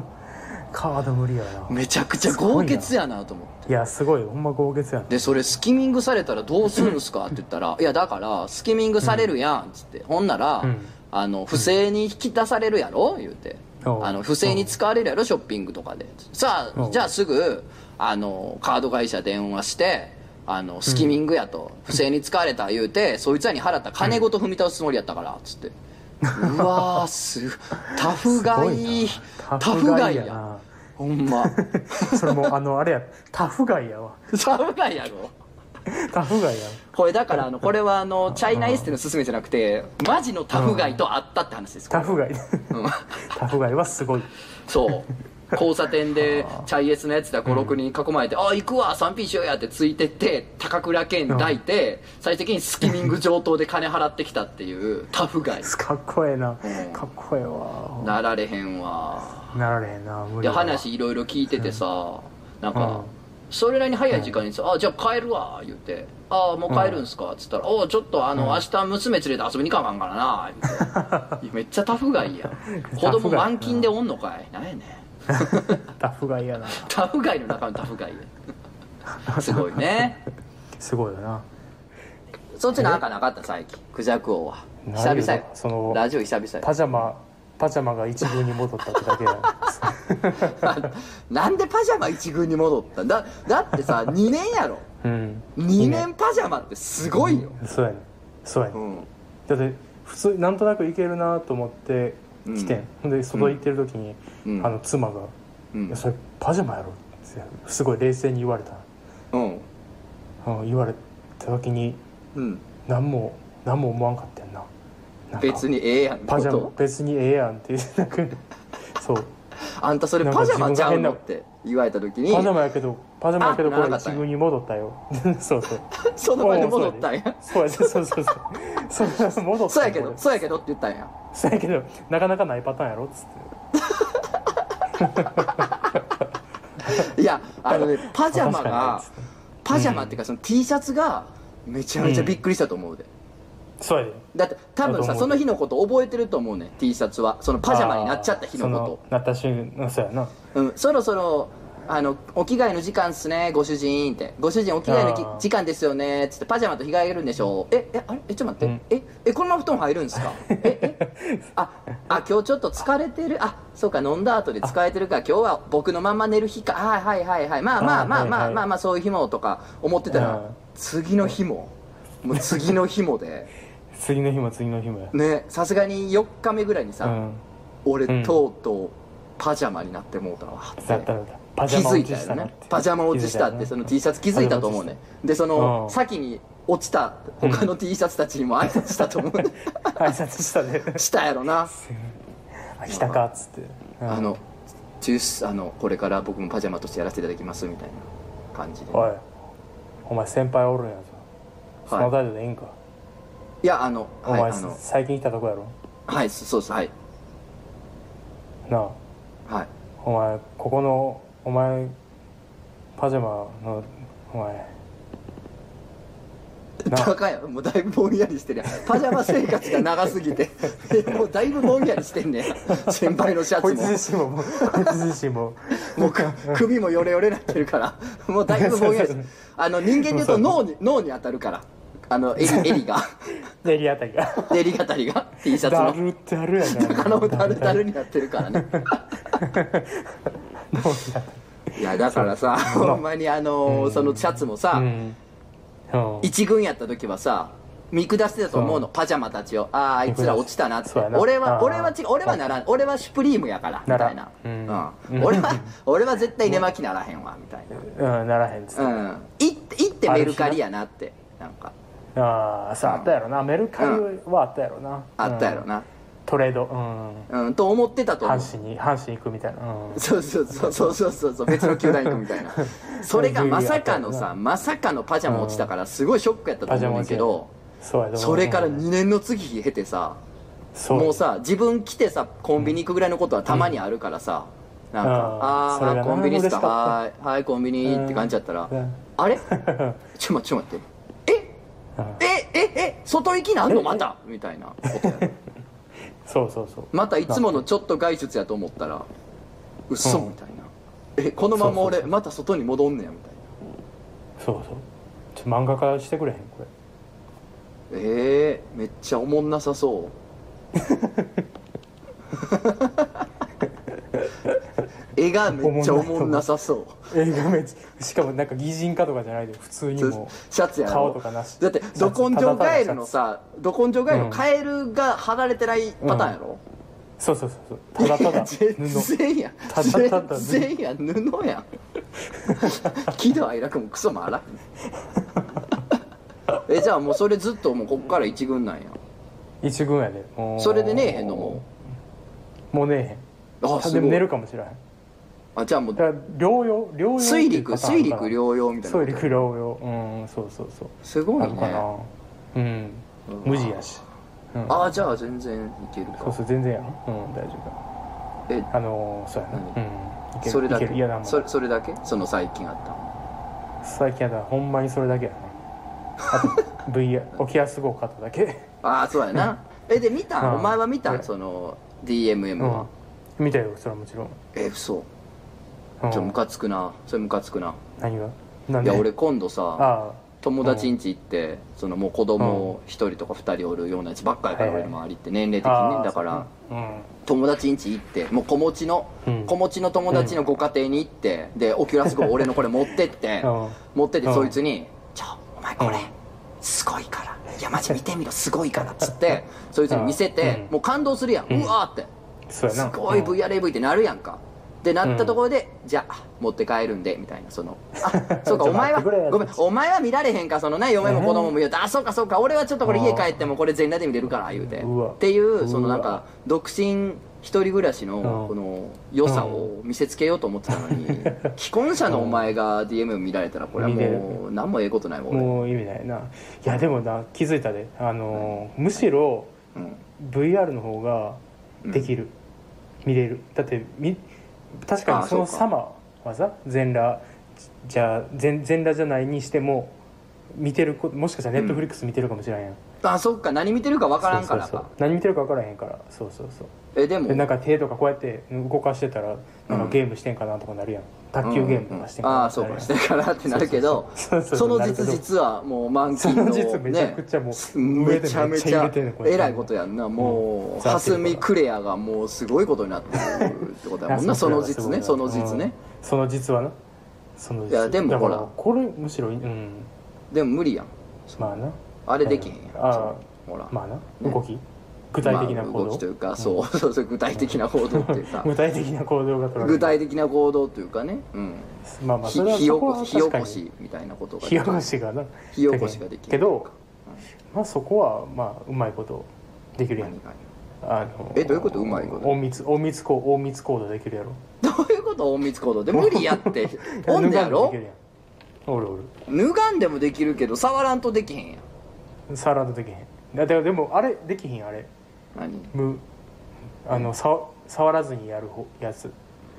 カード無理やなめちゃくちゃ豪傑やなと思っていやすごいほんま豪傑やなでそれスキミングされたらどうするんすかって言 ったら「いやだからスキミングされるやん」っつって、ほんなら、うんあの不正に引き出されるやろ言うて、おうあの不正に使われるやろショッピングとかでさあおうじゃあすぐあのカード会社電話してあのスキミングやと、不正に使われた言うてそいつらに払った金ごと踏み倒すつもりやったからっつ って、うわーすタフガイすごいなタフガイタフガイややなほんま それもうあのあれやタフガイやわタフガイやろタフガイやわこれだからあのこれはあのチャイナエステの勧めじゃなくてマジのタフガイと会ったって話ですタフガイガイタフガイはすごいそう交差点でチャイエスのやつら56人囲まれて「あ行くわ 3P しようや」ってついてって高倉健抱いて最終的にスキミング上等で金払ってきたっていうタフガイかっこええなうんかっこええわなられへんわなられへんな無理でやわ話いろいろ聞いててさなんうかんそれなりに早い時間にさ「あじゃあ帰るわ」言って「あもう帰るんすか」っつったら「おうちょっとあの明日娘連れて遊びに行かなあかんからな」言ってい やめっちゃタフガイやん子供満勤でおんのかいなんやねんタフガイやなタフガイの中のタフガイ やすごいねすごいよなそっちなんかなかった最近クジャク王はな久いよ々よそのラジオ久々よパジャマパジャマが一軍に戻ったってだけや なんでパジャマ一軍に戻ったんだだってさ2年やろうん2年パジャマってすごいよ、そうやねそうやね、うん、だって普通なんとなく行けるなと思って来てん、ほんで外行ってる時に、うんあの妻がう「いんやそれパジャマやろ」ってすごい冷静に言われた、うんうん、言われた時にうん何も何も思わんかったやんななんか別にええやんパジャマこと別にええやんって言って なんかそうあんたそれなんかパジャマちゃう自分がの変なって言われた時にパジャマやけどパジャマやけどあこなられなかった一んや軍に戻ったよ そうそうその場に戻ったんやそうやそうそうそうそうそう戻ったそうやけこどれそうやけどって言ったんやそうやけどなかなかないパターンやろっつっていやあのねパジャマ 確かにがパジャマっていうかその T シャツがめちゃめちゃびっくりしたと思うで、そうやでだって多分さだと思うその日のこと覚えてると思うね T シャツはそのパジャマになっちゃった日のこあーそのなった瞬間そうやなとうんそろそろあのお着替えの時間っすねご主人ってご主人お着替えのきあー時間ですよねっつってパジャマと着替えるんでしょうええあれえちょっとう待んって、ええこのまま布団入るんですかええああ今日ちょっと疲れてるあそうか飲んだ後で疲れてるから今日は僕のまんま寝る日かはいはいはいはいまあまああーまあまあまはいあはいまあ、そういう日もとか思ってたうらん次の日ももう次の日もで次の日も次の日もやねさすがに4日目ぐらいにさ、うん俺、うんとうとうパジャマになってもうたわってだったらだパ気ジャマづい落ちたしたよなねパジャマ落ちしたってその T シャツ気づいたと思うねでそあのあ先に落ちた他の T シャツたちにも挨拶したと思う、ね、挨拶し たでしたやろなあ来たかっつってうんあのジュースあのこれから僕もパジャマとしてやらせていただきますみたいな感じで、おいお前先輩おるんやぞそのは態度でいいんかい、いやあのおはい前あの最近来たとこやろはいそそうですはいなあはいお前ここのお前パジャマのお前なあバカやもうだいぶぼんやりしてるや んパジャマ生活が長すぎてもうだいぶぼんやりしてんねん先輩のシャこツいもつ自身ももうこいつ自身ももうく首もヨレヨレなってる からもうだいぶぼんやりしてあの人間で言うと脳に脳に当たるからあの襟襟がエリアたりが襟がたり が T シャツだのるってあるやなだからもうダルダルになってる からねいやだからさほんまにあのそのシャツもうさんうん一軍やった時はさ見下してたと思うのパジャマたちをあああいつら落ちたなってそうやな俺あはー俺は違う俺はならん俺はシュプリームやからみたいなならんううんん、俺は俺は絶対寝巻きならへんわみたいなうんならへんっつってうんい行ってメルカリやなってなんかああさああったやろなメルカリはあったやろなあったやろうんな、トレードうんうん、と思ってたと思う阪神に阪神行くみたいなうんそうそうそうそうそうそうそう別の球団行くみたいなそれがまさかのさまさかのパジャマ落ちたからすごいショックやったと思うんだけどそうやと思うそれからうん2年の月日経てさそうもうさ自分来てさコンビニ行くぐらいのことはたまにあるからさなんかうんあそれーがあなコンビニっす嬉かしかはーいはいコンビニって感じやったらうんあれちょ待ってちょ待ってえうんえええ外行きなんのまたみたいなことやろ そうそうそうまたいつものちょっと外出やと思ったら嘘うんみたいな、えこのままそう俺そうまた外に戻んねやみたいなそうそうちょ漫画化してくれへんこえー、めっちゃおもんなさそう 絵がめっちゃおもんなさそうれ映画めっちゃしかもなんか擬人化とかじゃないで普通にも シャツや顔ろとかなしだってシどャツ根性ガエルのただただシャツさど根性ガエルうのんカエルが貼られてないパターンやろ、そうそうそうそうただた だ全布然やただただ布全然や布 やん喜怒哀楽もクソもあらへんえじゃあもうそれずっともうこっから一軍なんや一軍やでもうそれでねえへんのももうねえへんあすごいでも寝るかもしれへんあじゃあもうだから療養療養水陸水陸養両用みたいな水こと陸療養うんそうそうそうすごあいるねかなうんうん無地やしうんあじゃあ全然いけるそうかそう全然やろうん大丈夫えあのーそうやな何うんいけるそれだけいけるいやなんもそれそれだけその最近あったの最近やだほんまにそれだけやなあ と VR 起きやすごかっただけああそうや なえで見たんうおん前は見たうんんその DMM うんは見たよそれはもちろん、えそううんちょムカつくなそれムカつくな何がなんいでや俺今度さあ友達ん家行って、そのもう子供1人とか2人おるようなやつばっかりからは俺いはいの周りって年齢的あにああねだからそううん友達ん家行ってもう子持ちの、うん子持ちの友達のご家庭に行って、でオキュラス号俺のこれ持ってって うん持ってってうんそいつに「ちょお前これうんすごいからいやマジ見てみろすごいから」っつ ってそいつに見せてうんもう感動するやんうんうわーってそうやすなごいうん VRAV ってなるやんかってなったところで、じゃあ持って帰るんでみたいなその あそうかちょお前は待ってくれよごめんお前は見られへんかそのね嫁も子供も言うて、あそうかそうか俺はちょっとこれ家帰ってもこれ全裸で見れるから言うてうわっていうそうのわなんか独身一人暮らしのうんこの良さを見せつけようと思ってたのに 既婚者のお前が DM 見られたらこれは見れもるう何もええことないもん俺もう意味ないないやでもな気づいたであのーむしろうん VR の方ができる、見れるだってみ確かにそのあそうか様はさ全裸じゃあ全全裸じゃないにしても見てるこもしかしたらネットフリックス見てるかもしれんやん、あそっか何見てるか分からんそかうそらうかそう何見てるか分からへんからそうそうそうえでもでなんか手とかこうやって動かしてたらなんかゲームしてんかなとかなるやん卓球ゲームとかしてんかあなあーとそうかなかしるてからってなるけどそうそうそうそのなるけ実ど実はもう満や金のんその実めちゃくちゃもう、め上でちゃめち入ゃれてんのこれえらいことやんなもうんう蓮見クレアがもうすごいことになってるってことや もんなその実ねその実ね、うんその実はなその実いやでもだからほらこれむしろうんでも無理やんまあなあれできへんやんあーそのほらまあなね動き、具体的なま行あ動動、きというかそう そうそう具体的な行動っていう か具体的な行動が取られる具体的な行動というかねうんまあまあ火それは火起そここはし火起確かこにしみたいなことが火起こしがな火起こしができるけど、まあ、そこはまあうまいことできるやん何があのえどういうことうまいこと隠密隠密行隠密行動できるやろ どういうこと隠密行動で無理やって ほんでや脱がんろでもできるやんおるお脱がんでもできるけど触らんとできへんやんるサラダできへんだってでもあれできひんあれ何むあのさ触らずにやる方やつ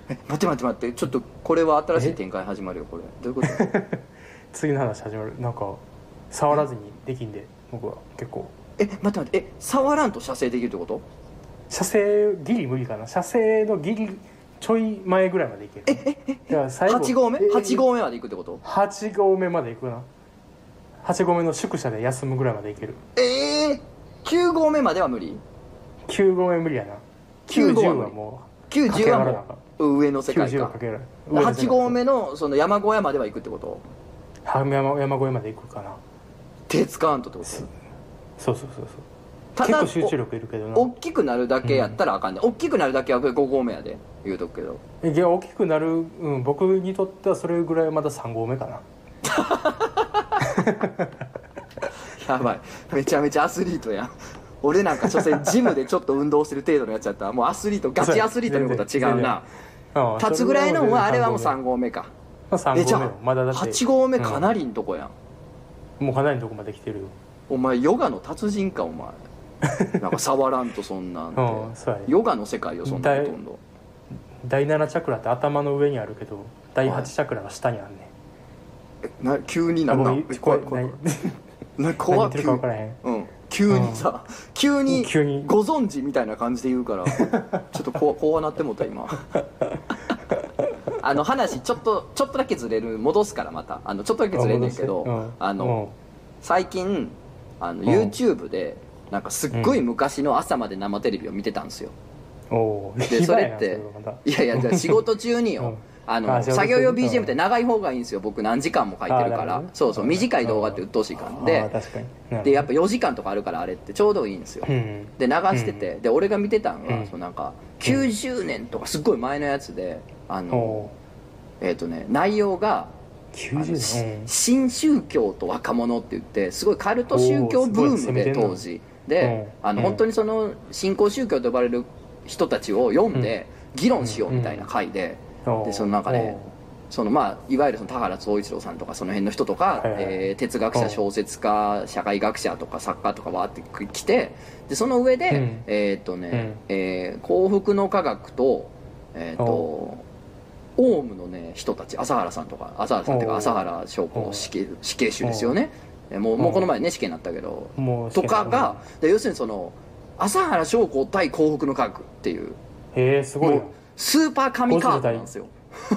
え 待って待って待ってちょっとこれは新しい展開始まるよこれ どういうこと次の話始まるなんか触らずにできんで僕は結構え待って待ってえ触らんと射精できるってこと射精ギリ無理かな射精のギリちょい前ぐらいまでいけるだから最後8合目え8合目までいくってこと8合目までいくな8合目の宿舎で休むぐらいまでいけるええ9合目までは無理9合目無理やな9 90合目はもう駆90け上はがらなあかんもう上の世界90はかかけられ8合目のその山小屋までは行くってこと山山越えまで行くかな手使わんとってことそうそうそうそうた結だ構集中力いるけどな大きくなるだけやったらあかんね、ん、大きくなるだけはこれ5合目やで言うとくけどいや大きくなる、うん、僕にとってはそれぐらいまだ3合目かなやばいめちゃめちゃアスリートやん俺なんか所詮ジムでちょっと運動してる程度のやつやったらもうアスリートガチアスリートのことは違うなうん立つぐらいのはあれはもう3合目かそれえはもじゃあう全然3合目まあ3合目よまだだって8合目かなりんとこやん、もうかなりのとこまで来てるよお前ヨガの達人かお 前なんか触らんとそんなんて、うんそうやねヨガの世界よそんなだほいとんど第7チャクラって頭の上にあるけど第8チャクラが下にあるねえな急になあんごかめんえこ怖いれ怖い何怖い怖何言っいてるか怖分いからへんうん、急にさ、急に急にご存知みたいな感じで言う からちょっとこうこうなってもうた今あの話ちょっとちょっとだけずれる戻すからまたあのちょっとだけずれんねんけど戻してうんあの、最近あの YouTube でなんかすっごい昔の朝まで生テレビを見てたんですよ、うんおーでそれやなってそはまたいやいやじゃあ仕事中によ、 うんあのあ仕事中作業用 BGM うんって長い方がいいんですよ僕何時間も書いてるあかなるらほどねそうそう短い動画って鬱陶しいからあーで確かになるほどでやっぱ4時間とかあるからあれってちょうどいいんですよ、うんで流してて、で俺が見てたのが、うんそのなんか90年とかすっごい前のやつであの、おーえっ、とね内容があのし90年新宗教と若者って言ってすごいカルト宗教ブおーすーごい攻ムめでてんな当時で、うんあのうん本当にその新興宗教と呼ばれる人たちを読んで議論しようみたいな回で。うんでその中でそのまあ、いわゆるその田原総一郎さんとかその辺の人とか、はいはいえー哲学者うん小説家社会学者とか作家とかわーって来てでその上で、うんえーっとね、えー幸福の科学と,、えーっとオウムの、ね、人たち朝原さんとか朝原さんっていうおかう朝原将お校う死刑死刑囚ですよねえもうもうこの前ね死刑になったけどおーもうとかがで要するにその朝原将校対幸福の科学っていうへえすごいなもうスーパー神カードなんですよ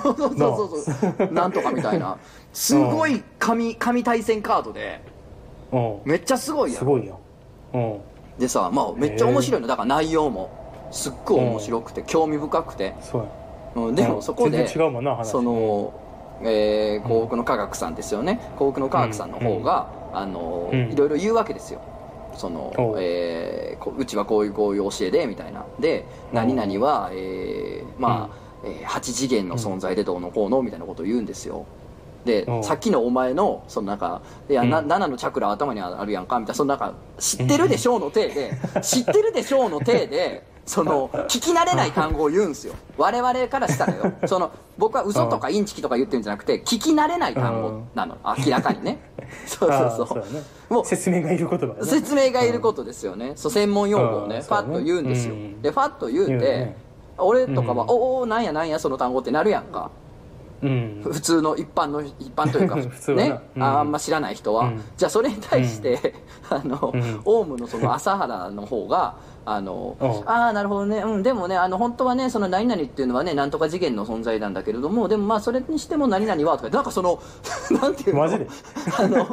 そうそうそうそうなんとかみたいなすごい神神対戦カードでうめっちゃすごいんやすんごいようんでさまあめっちゃ面白いのだから内容もすっごい面白くて興味深くて、そうやうん、でうもんそこで全然違うもんな話その、えー、幸福の科学さんですよね幸福の科学さんの方が、あのうんいろいろ言うわけですよそのお、うえーこううちはこういうこういう教えでみたいなで何々は、えーまあ、え8次元の存在でどうのこうのみたいなことを言うんですよでおうさっきのお前のそのなんかいや、なうん7のチャクラ頭にあるやんかみたいなそのなんか知ってるでしょうの体で知ってるでしょうの体でその聞き慣れない単語を言うんですよ我々からしたらよその僕は嘘とかインチキとか言ってるんじゃなくて聞き慣れない単語なの明らかにねそうあそーうそうやねもう説明がいる言葉やな説明がいることですよね、そう専門用語をうねんパッと言うんですよ、そうねうんでパッと言うて言うね俺とかは「うんおおなんやなんやその単語」ってなるやんかうん普通の一般の一般と いうか普通はなね、うんああんま知らない人は、うんじゃあそれに対して、 あの、うんオウムのその朝原の方があの、うんああなるほどね、うん、でもねあの本当はねその何々っていうのはねなんとか次元の存在なんだけれどもでもまあそれにしても何々はとかなんかその なんていうのマジであの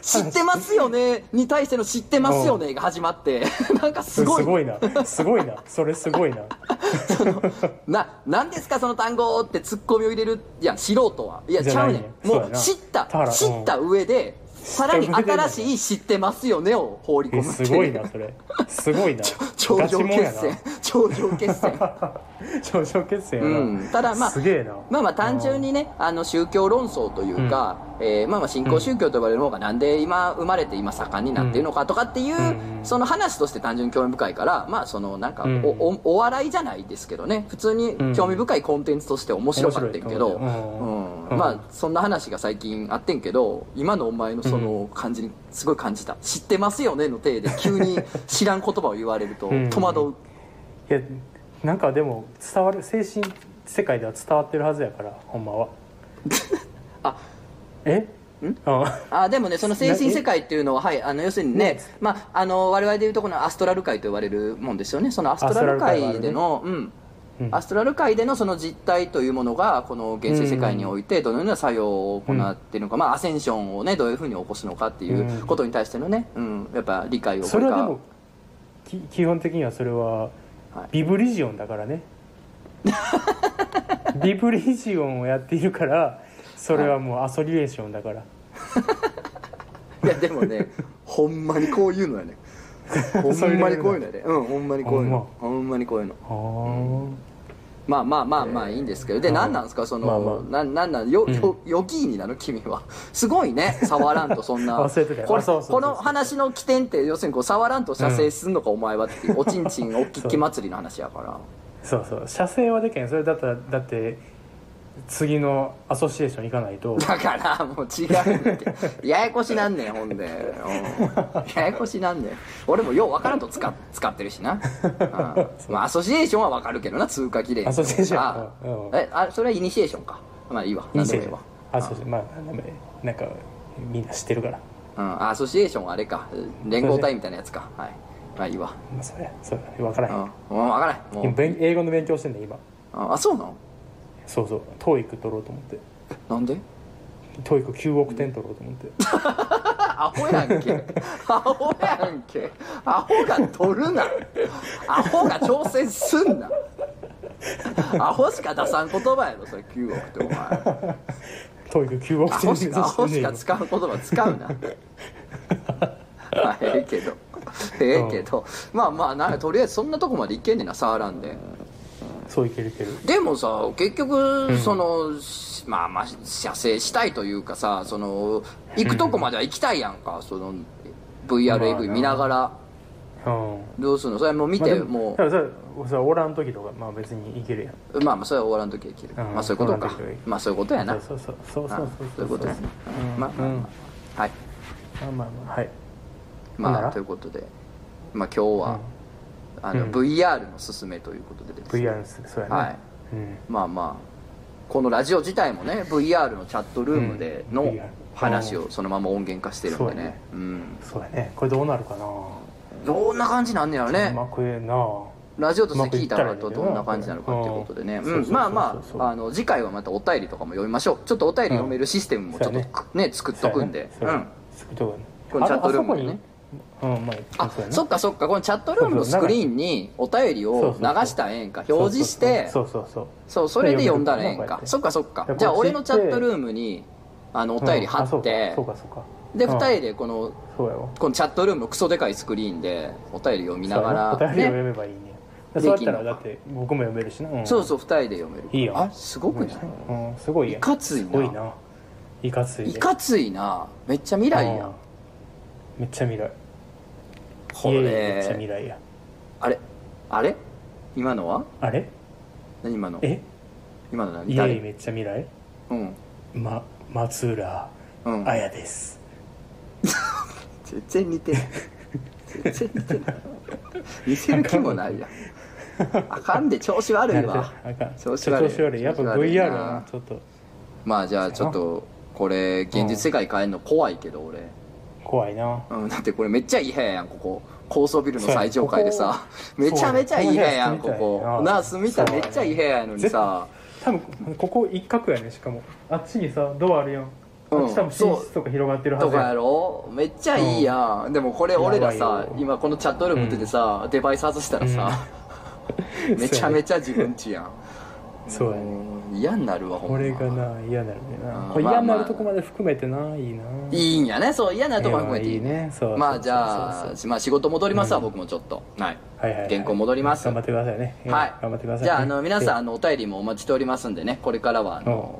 知ってますよねに対しての知ってますよねが始まって なんかすすごいごいなすごいなそれすごい なな何ですかその単語ってツッコミを入れるいや素人はいやじちゃゃうないねんねもそううやな知ったただ知った上でさらに新しい「知ってますよね」を放り込えむってすうごいなそれすご いな頂ガチ上もんや決な戦頂上決戦 頂上決戦やな、うんただまあすげえなまあまあ単純にねあの宗教論争というか、えーまあまあ新興宗教と呼ばれる方がなんで今生まれて今盛んになっているのかとかっていう、うんその話として単純に興味深いからまあそのなんかお,、うんおお笑いじゃないですけどね普通に興味深いコンテンツとして面白かったんやけど、面白いと思うようんまあそんな話が最近あってんけど今のお前のその感じにすごい感じた「知ってますよね」の体で急に知らん言葉を言われるとうん戸惑ういやなんかでも伝わる精神世界では伝わってるはずやからほんまは あえああでもねその精神世界っていうのは、はい、あの要するにね、まあ、あの我々でいうとこのアストラル界と呼ばれるもんですよねそのアストラル界でのうんうんアストラル界でのその実態というものがこの現世世界においてどのような作用を行っているのか、まあ、アセンションをねどういうふうに起こすのかっていうことに対してのね、うん、やっぱ理解をこそれれはでかもき基本的にはそれははいビブリジオンだから ね、ビブリジオンをやっているからそれはもうアソリエーションだから、いやでもね ほんまにこういうのやねほんまにこういうのやで、うんほんまにこういうのほんまにこういうのあーまあまあまあまあいいんですけど、でうん何なんですかその、まあまななんなんようんよよきーになの君は すごいね触らんとそんな 忘れてたよこあそうそうそうこの話の起点って要するにこう触らんと射精すんのか、お前はっていうおちんちんおっきっき祭りの話やからそうそう射精はできへんそれだったらだって次のアソシエーション行かない とだからもう違う ってややこしなんねんほんで、うんややこしなんねん俺もようわからんと使っ使ってるしな、 うんまあ、アソシエーションはわかるけどな通過儀礼アソシエーションあうんえあそれはイニシエーションかまあいいわい何いでせいもいいわじゃんアソシまあなんかなんかみんな知ってるから、うん、アソシエーションはあれか連合体みたいなや つかはいまあいいわ、まあ、それそれ分からうへん、んもう分からないも今う勉英語の勉強してんねん今ああそうなのそうそう TOEIC 取ろうと思ってなんで TOEIC9 億点取ろうと思ってアホやん けアホやんけアホが取るなアホが挑戦すんなアホしか出さん言葉やろそれ9億ってお前トイレ9ア億点ホしかアホしか使う言葉使 うなまあええけどええけどまあまあなんかとりあえずそんなとこまでいけんねんな触らんでそういけるいけるでもさ結局その、しまあまあ射精したいというかさその行くとこまでは行きたいやんか、そのまあ VRAV な見ながらうんどうするのそれもう見まあて、でもだからささオラの時とかまあ別にいけるやんうまあまあそれは終わらんときは生きる、うんまあそういうこと終わからん時はいいまあそういうことやなそうそうそうあそうそうそういうことですねうんまあまあまあはいまあまあまあはいほんなまあらということでまあ今日は、あのうん VR のすすめということでですね VR のすそうやねはいうんまあまあこのラジオ自体もね VR のチャットルームでうのん VR 話をそのまま音源化してるんでね、うん、そうやねこれどうなるかなどんな感じなんねやろねうまくええなラジオとして聞いたらとどんな感じなのかっていうことでね、うまくいったらいいんだけどなうん、そうそうそうそうまあまああの次回はまたお便りとかも読みましょうちょっとお便り読めるシステムもちょっとうんね作っとくんでそううやねんそうやねそこういうこのチとャだットねルームでねああそこにうんまああそうやなそっかそっかこのチャットルームのスクリーンにお便りを流したらええんか表示してそうそうそうそうそれで読んだらええんかそっっかそっかでじゃあこっ俺ち行のってチャットルームにあのお便り貼ってそうかそうかでうん2人でこのそうやわこのチャットルームのクソでかいスクリーンでお便り読みながそうやらお便りをね読めばいいねでそうやったできんらのだかって僕も読めるしな、んそうそう2人で読めるいいよあすごくないうん、すごいやいんかついすごいなないかついでいかついなめっちゃ未来やうんんめっちゃ未来こいえいえめっちゃ未れ来やあれあれ今のはあれ何今のえ今の何いえいえ誰めっちゃ未来うんま松浦うん綾です全然似 てない全然似てない似せる気もないやんあかんで調子悪いわあかん 調調子子悪い悪いやっぱ調子悪いな VR はちょっとまあじゃあちょっとこれ現実世界変えるの怖いけど俺、怖いなうん、だってこれめっちゃいい部屋やんここ高層ビルの最上階でさめちゃめちゃいい部屋やんこそうやねこのこ部なあ屋住住みみたたいいなめっちゃいい部屋やのにさ多分ここ一角やねしかもあっちにさドアあるやん、うんあっち多分寝室とか広がってるはとずかややんろめっちゃいいやん、でもこれ俺らやばさいよ今このチャットルームっててさ、デバイス外したら さ、めちゃめちゃ自分ちやんそうやねうん嫌になるわほんこまれがな嫌になるんだようんなこれまあ嫌にまあなるとこまで含めてないいないいいんやねそう嫌なとこはや含めていい,、いいねそうそうまあじゃそうあそまあ仕事戻りますわ、うん僕もちょっとはい、うはいはいはい原稿戻ります頑張ってくださいねはい頑張ってくださいねじゃああの皆さんあのお便りもお待ちしておりますんでねこれからはあの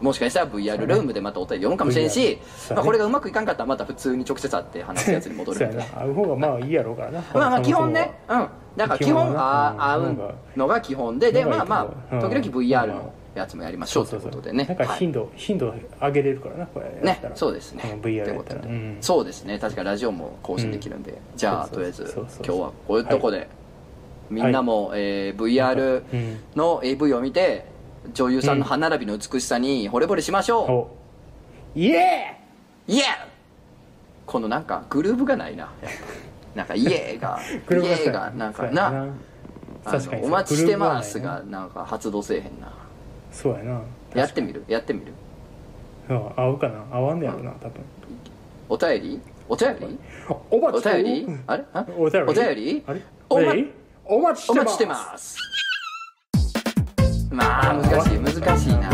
もしかしたら VR ルームでまたお便り読むかもしれんし、そうやねまあ、これがうまくいかんかったらまた普通に直接会って話すやつに戻そうるやみなたいな会う方がまあいいやろうからな まあまあ基本ねうんだから基基本本はねあうんあ会なんうかのが基本ででなんまかあいいけどまあ時うん々 VR のやつもやりましょうということでねなんかはい頻度、頻度上げれるからなこれやねったらそうですね、ん VR といやうこったとらで、うんそうですね確かラジオも更新できるんで、じゃあそとうりあそえうそうずそ今うそう日はこういうとこで、みんなも、えー VR うんの AV を見て女優さんの歯並びの美しさに惚れ惚れしましょおイエう、イエーこのなんかグルーブがないなやっぱなんかイエーがーグルーイブエーががなんかなそうやなあ確かのにそうお待ちしてますグルーブがなんか発動せえへんなそうやなやってみるやってみるうん合うかな合わんねやろな多分お便りお便りお待おちして便りあれあお便りお便りあれおまお便りお待ちおして待まちしすてますまあ難しい難しいな